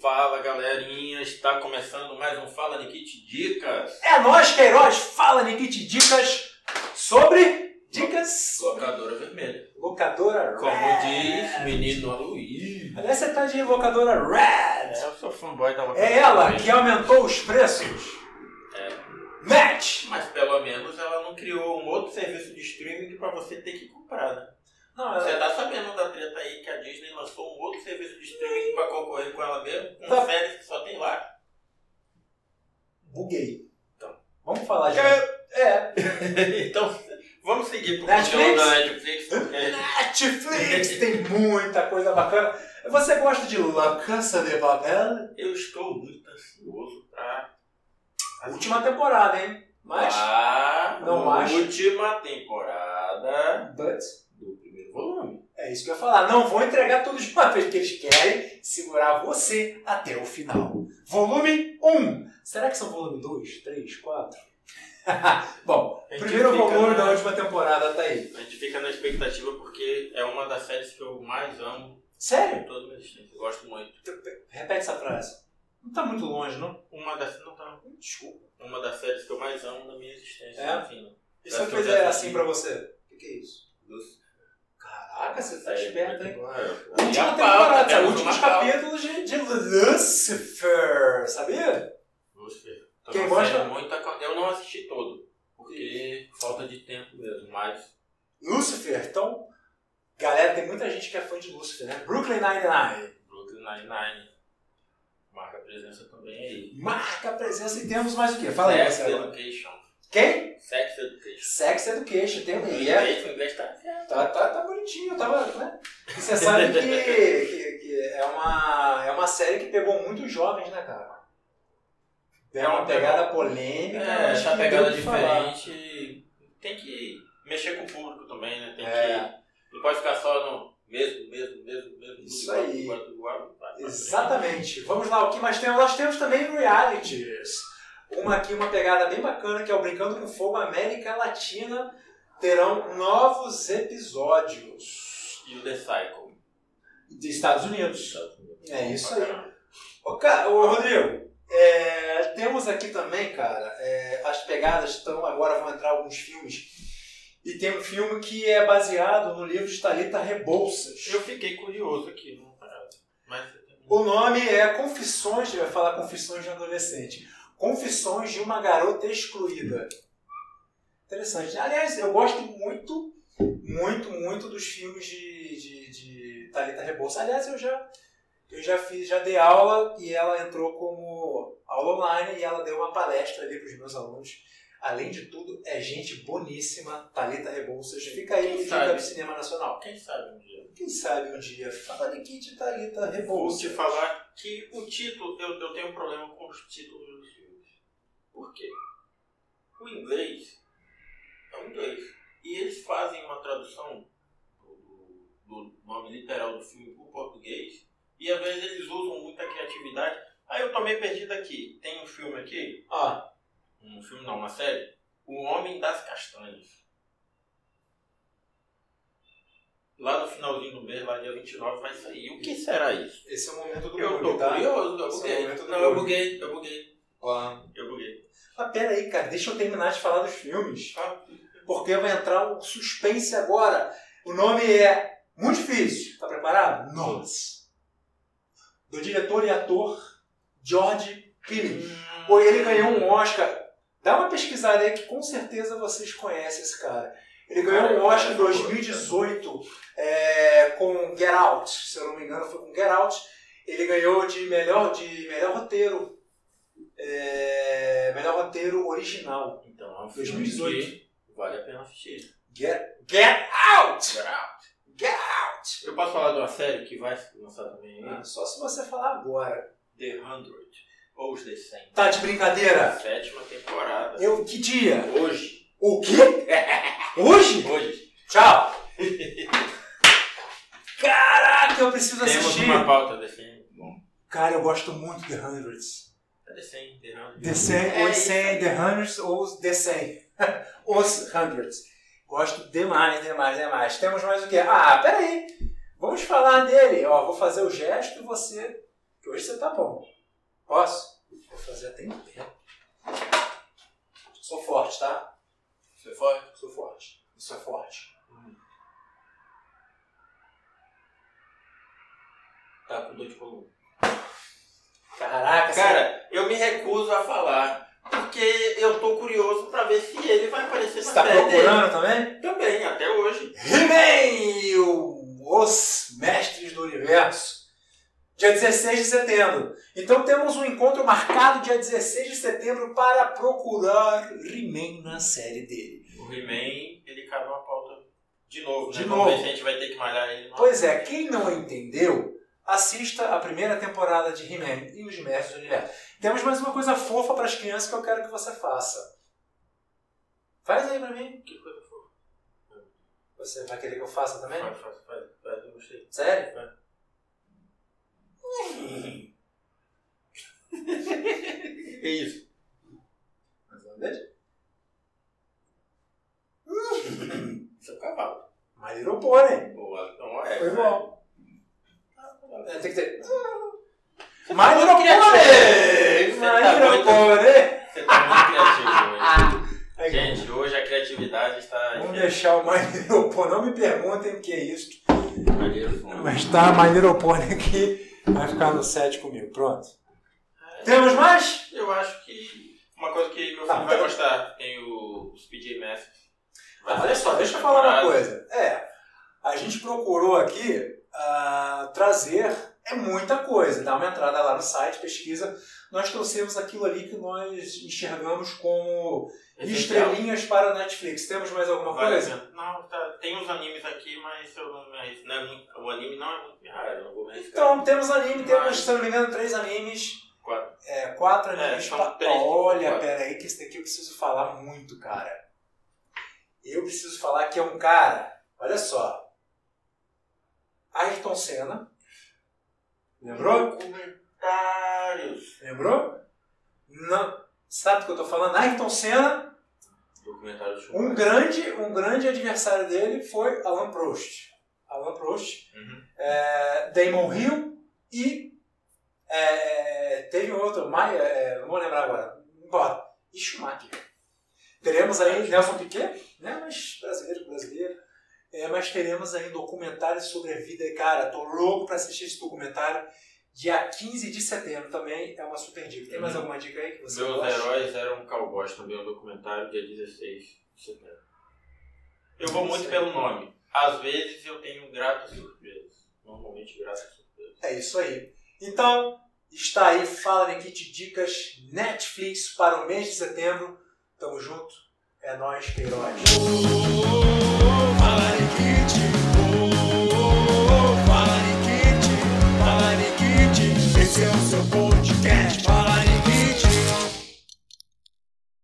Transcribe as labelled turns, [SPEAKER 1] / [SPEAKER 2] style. [SPEAKER 1] Fala galerinha, está começando mais um Fala Nikit Dicas.
[SPEAKER 2] É nós, Queiroz, fala Nikit Dicas sobre dicas
[SPEAKER 1] Locadora Vermelha.
[SPEAKER 2] locadora
[SPEAKER 1] Como
[SPEAKER 2] Red.
[SPEAKER 1] diz menino Luiz.
[SPEAKER 2] Aliás, você tá de locadora Red.
[SPEAKER 1] Eu sou fanboy da locadora.
[SPEAKER 2] É ela
[SPEAKER 1] Vermelha.
[SPEAKER 2] que aumentou os preços. É. Match!
[SPEAKER 1] Mas pelo menos ela não criou um outro serviço de streaming para você ter que comprar, né?
[SPEAKER 2] Não,
[SPEAKER 1] Você tá sabendo da treta aí que a Disney lançou um outro serviço de streaming para concorrer com ela mesmo, com
[SPEAKER 2] Tá.
[SPEAKER 1] séries que só tem lá.
[SPEAKER 2] buguei.
[SPEAKER 1] Então.
[SPEAKER 2] Vamos falar de. É.
[SPEAKER 1] então, vamos seguir pro
[SPEAKER 2] Netflix?
[SPEAKER 1] conteúdo da Netflix, porque
[SPEAKER 2] Netflix tem muita coisa bacana. Você gosta de La Casa de Babel?
[SPEAKER 1] eu estou muito ansioso pra...
[SPEAKER 2] Última temporada, hein? Mas.
[SPEAKER 1] a
[SPEAKER 2] não acho.
[SPEAKER 1] última temporada
[SPEAKER 2] But.
[SPEAKER 1] do primeiro volume.
[SPEAKER 2] É isso que eu ia falar. Não vou entregar tudo de uma vez, porque eles querem segurar você até o final. Volume 1. Será que são volume 2, 3, 4? Bom,
[SPEAKER 1] A gente
[SPEAKER 2] primeiro
[SPEAKER 1] fica
[SPEAKER 2] volume
[SPEAKER 1] na-
[SPEAKER 2] da última temporada tá aí.
[SPEAKER 1] A gente fica na expectativa porque é uma das séries que eu mais amo
[SPEAKER 2] Sério?
[SPEAKER 1] em toda a minha existência. Eu gosto muito.
[SPEAKER 2] Repete essa frase. Não tá muito longe, não?
[SPEAKER 1] Uma das, não, tá,
[SPEAKER 2] Desculpa.
[SPEAKER 1] uma das séries que eu mais amo na minha existência. tá
[SPEAKER 2] É?
[SPEAKER 1] Enfim,
[SPEAKER 2] E se eu fizer assim pra você? O que, que é isso?
[SPEAKER 1] dos-
[SPEAKER 2] Caraca, você tá
[SPEAKER 1] É,
[SPEAKER 2] esperto, hein?
[SPEAKER 1] é, é. E
[SPEAKER 2] Última
[SPEAKER 1] a pauta,
[SPEAKER 2] temporada, sabe?
[SPEAKER 1] temos
[SPEAKER 2] Últimos
[SPEAKER 1] uma pauta.
[SPEAKER 2] capítulos de, de Lucifer, sabia?
[SPEAKER 1] Lucifer.
[SPEAKER 2] Quem
[SPEAKER 1] Quem
[SPEAKER 2] gosta-
[SPEAKER 1] gosta? Muita... co- Eu não assisti todo, porque falta de tempo mesmo, mas
[SPEAKER 2] Lucifer, então. Galera, tem muita gente que é fã de Lucifer, né? Brooklyn Nine-Nine.
[SPEAKER 1] Brooklyn Nine-Nine marca presença também aí.
[SPEAKER 2] Marca a presença e temos mais o quê? Fala aí,
[SPEAKER 1] Sex
[SPEAKER 2] Marcelo.
[SPEAKER 1] Education.
[SPEAKER 2] Quem?
[SPEAKER 1] Sex Education.
[SPEAKER 2] Sex Education, tem um
[SPEAKER 1] O
[SPEAKER 2] e é-
[SPEAKER 1] inglês, o inglês tá certo.
[SPEAKER 2] Tá, tá, tá bonitinho, tava, né? E você sabe que, que, que é, uma, é uma série que pegou muitos jovens, né, cara? É uma pegada polêmica,
[SPEAKER 1] É,
[SPEAKER 2] mas
[SPEAKER 1] essa
[SPEAKER 2] que
[SPEAKER 1] pegada
[SPEAKER 2] deu o que falar. né?
[SPEAKER 1] diferente tem que mexer com o público também, né? Tem
[SPEAKER 2] É.
[SPEAKER 1] que. Não pode ficar só no mesmo, mesmo, mesmo, mesmo. tudo
[SPEAKER 2] Isso
[SPEAKER 1] igual,
[SPEAKER 2] aí.
[SPEAKER 1] igual, tudo igual, vai pra frente.
[SPEAKER 2] Exatamente. Vamos lá, o que mais temos? Nós temos também realities. Uma aqui, uma pegada bem bacana, que é o Brincando com Fogo América Latina. Terão novos episódios
[SPEAKER 1] E o The Cycle.
[SPEAKER 2] dos Estados Unidos. É isso aí.
[SPEAKER 1] Bacana.
[SPEAKER 2] Ô, ca- ô, Rodrigo, é, temos aqui também, cara, é, as pegadas estão. Agora vão entrar alguns filmes. E tem um filme que é baseado no livro de Thalita Rebouças.
[SPEAKER 1] Eu fiquei curioso aqui, né? não parado. Mas.
[SPEAKER 2] O nome é Confissões, eu ia falar Confissões de um Adolescente. Confissões de uma Garota Excluída. Interessante. Aliás, eu gosto muito, muito, muito dos filmes de, de, de Thalita Rebouça. Aliás, eu já, eu já fiz, já dei aula e ela entrou como aula online e ela deu uma palestra ali para os meus alunos. Além de tudo, é gente boníssima, Thalita Rebouças. Fica aí,
[SPEAKER 1] Quem
[SPEAKER 2] fica
[SPEAKER 1] sabe?
[SPEAKER 2] no cinema nacional.
[SPEAKER 1] Quem sabe um dia?
[SPEAKER 2] Quem sabe um dia, fala de Kit Thalita
[SPEAKER 1] Vou
[SPEAKER 2] Rebouças.
[SPEAKER 1] te falar que o título, eu, eu tenho um problema com os títulos dos filmes. Por quê? O inglês é o inglês. E eles fazem uma tradução do, do- do nome literal do filme para o português. E às vezes eles usam muita criatividade. Aí eu tomei perdido aqui. Tem um filme aqui,
[SPEAKER 2] Ó,
[SPEAKER 1] um filme não, uma série, O Homem das Castanhas. Lá no finalzinho do mês, lá dia 29, vai sair. O que será isso?
[SPEAKER 2] Esse é o momento do
[SPEAKER 1] Eu
[SPEAKER 2] mundo,
[SPEAKER 1] tô
[SPEAKER 2] tá?
[SPEAKER 1] curioso, eu
[SPEAKER 2] Esse
[SPEAKER 1] buguei.
[SPEAKER 2] momento do
[SPEAKER 1] Não, eu
[SPEAKER 2] bullying.
[SPEAKER 1] buguei, eu buguei,
[SPEAKER 2] Ó.
[SPEAKER 1] tá eu buguei.
[SPEAKER 2] Mas pera aí, cara, deixa eu terminar de falar dos filmes.
[SPEAKER 1] Ah.
[SPEAKER 2] Porque vai entrar o suspense agora. O nome é muito difícil. Tá preparado? Nós. Do diretor e ator George Clooney. Pô, ele ganhou um Oscar. Dá uma pesquisada aí que com certeza vocês conhecem esse cara. Ele ganhou um Oscar em 2018 é, com Get Out. Se eu não me engano, foi com Get Out. Ele ganhou de melhor, de melhor roteiro. é, melhor roteiro original.
[SPEAKER 1] Então, é um filme
[SPEAKER 2] 2018.
[SPEAKER 1] que vale a pena assistir.
[SPEAKER 2] Get, get Out!
[SPEAKER 1] Geral.
[SPEAKER 2] Get Out!
[SPEAKER 1] Eu posso falar de uma série que vai se lançar também aí?
[SPEAKER 2] Ah, só se você falar agora.
[SPEAKER 1] The Hundred, ou Os The 100.
[SPEAKER 2] Tá de brincadeira?
[SPEAKER 1] Sétima temporada.
[SPEAKER 2] Eu, que dia?
[SPEAKER 1] Hoje.
[SPEAKER 2] O quê? Hoje?
[SPEAKER 1] Hoje.
[SPEAKER 2] Tchau! Caraca, eu preciso
[SPEAKER 1] Temos
[SPEAKER 2] assistir!
[SPEAKER 1] uma pauta The 100. Bom,
[SPEAKER 2] Cara, eu gosto muito de The Hundreds.
[SPEAKER 1] é The 100, The Hundred.
[SPEAKER 2] The 100,
[SPEAKER 1] É
[SPEAKER 2] os
[SPEAKER 1] isso
[SPEAKER 2] 100,
[SPEAKER 1] aí.
[SPEAKER 2] The Hundreds ou The 100. os Hundreds. Gosto demais, demais, demais. Temos mais o quê? Ah, peraí. Vamos falar dele. Ó, vou fazer o gesto e você Que hoje você tá bom. Posso? Vou fazer até em pé. Sou forte, tá?
[SPEAKER 1] Você foi?
[SPEAKER 2] Sou forte. Isso é forte.
[SPEAKER 1] Tá com dor de coluna.
[SPEAKER 2] Caraca,
[SPEAKER 1] É
[SPEAKER 2] você-
[SPEAKER 1] Cara, eu me recuso a falar. Porque eu tô curioso pra ver se ele vai aparecer na
[SPEAKER 2] você tá
[SPEAKER 1] série
[SPEAKER 2] procurando também?
[SPEAKER 1] dele. Também, até hoje.
[SPEAKER 2] He-Man! Os mestres do universo. Dia 16 de setembro. Então temos um encontro marcado dia 16 de setembro para procurar He-Man na série dele.
[SPEAKER 1] O He-Man, ele caiu uma pauta de novo, né?
[SPEAKER 2] De
[SPEAKER 1] Vamos ver
[SPEAKER 2] novo.
[SPEAKER 1] se a gente vai ter que malhar ele. não.
[SPEAKER 2] Pois é, quem não entendeu, assista a primeira temporada de He-Man e os Mestres do Universo. Temos mais uma coisa fofa para as crianças que eu quero que você faça. Faz aí pra mim.
[SPEAKER 1] Que coisa foi?
[SPEAKER 2] Você vai querer que eu faça também?
[SPEAKER 1] Faz, faz, faz, faz, eu gostei.
[SPEAKER 2] Sério? É
[SPEAKER 1] Que isso?
[SPEAKER 2] Mais uma vez?
[SPEAKER 1] Isso é um cavalo.
[SPEAKER 2] My Little Pony.
[SPEAKER 1] Boa, então é.
[SPEAKER 2] Foi bom. É, tem que ter... My
[SPEAKER 1] tá
[SPEAKER 2] Little
[SPEAKER 1] muito
[SPEAKER 2] Pony!
[SPEAKER 1] criativo. Você tá
[SPEAKER 2] My Little
[SPEAKER 1] muito-
[SPEAKER 2] Pony!
[SPEAKER 1] Você tá muito criativo hoje.
[SPEAKER 2] é Aí,
[SPEAKER 1] Gente, hoje a criatividade está.
[SPEAKER 2] Vamos deixar o My Little Pony. Não me perguntem o que é isso.
[SPEAKER 1] Maneiro, fundo.
[SPEAKER 2] Mas tá, My Little Pony aqui vai ficar no 7 comigo. Pronto. Temos mais?
[SPEAKER 1] Eu acho que uma coisa que meu filho
[SPEAKER 2] Tá,
[SPEAKER 1] vai
[SPEAKER 2] tá.
[SPEAKER 1] gostar tem o, os PJ Masks.
[SPEAKER 2] Ah, olha só, deixa eu falar uma coisa. É, a gente procurou aqui ah, trazer, é muita coisa. Dá uma entrada lá no site, pesquisa. Nós trouxemos aquilo ali que nós enxergamos como
[SPEAKER 1] Essencial.
[SPEAKER 2] estrelinhas para a Netflix. Temos mais alguma
[SPEAKER 1] Vale a
[SPEAKER 2] coisa?
[SPEAKER 1] pena. Não, tá, tem os animes aqui, mas eu não, mas, não é muito- o anime não é muito. Ah, eu não vou me arriscar.
[SPEAKER 2] Então, temos anime, temos,
[SPEAKER 1] Mas-
[SPEAKER 2] se não me engano, três animes.
[SPEAKER 1] Quatro.
[SPEAKER 2] É, quatro
[SPEAKER 1] É,
[SPEAKER 2] animes.
[SPEAKER 1] são
[SPEAKER 2] pa-
[SPEAKER 1] três.
[SPEAKER 2] Olha,
[SPEAKER 1] Quatro.
[SPEAKER 2] pera aí, que esse daqui eu preciso falar muito, cara. Eu preciso falar que é um cara. Olha só. Ayrton Senna.
[SPEAKER 1] Uhum.
[SPEAKER 2] Lembrou?
[SPEAKER 1] Documentários.
[SPEAKER 2] Lembrou? Não. Sabe do que eu tô falando? Ayrton Senna,
[SPEAKER 1] Documentários
[SPEAKER 2] um grande, um grande adversário dele foi Alan Prost. Alan Prost,
[SPEAKER 1] Uhum.
[SPEAKER 2] é, Damon Hill e é, teve um outro, Maia, é, não vou lembrar agora. Bora. E Schumacher. Teremos aí Nelson Piquet, né? Mas brasileiro, brasileiro. É, mas teremos aí documentários sobre a vida. Cara, tô louco pra assistir esse documentário. Dia 15 de setembro também é uma super dica. Tem mais
[SPEAKER 1] Uhum.
[SPEAKER 2] alguma dica aí que você
[SPEAKER 1] Meus
[SPEAKER 2] gosta?
[SPEAKER 1] heróis eram cowboys também, um documentário dia 16 de setembro. Eu vou muito
[SPEAKER 2] Sim.
[SPEAKER 1] pelo nome. Às vezes eu tenho gratas surpresas. Normalmente gratas surpresas.
[SPEAKER 2] É isso aí. Então, está aí Fala Nikit Dicas Netflix para o mês de setembro. Tamo junto. É nóis, Queiroz.
[SPEAKER 1] Fala,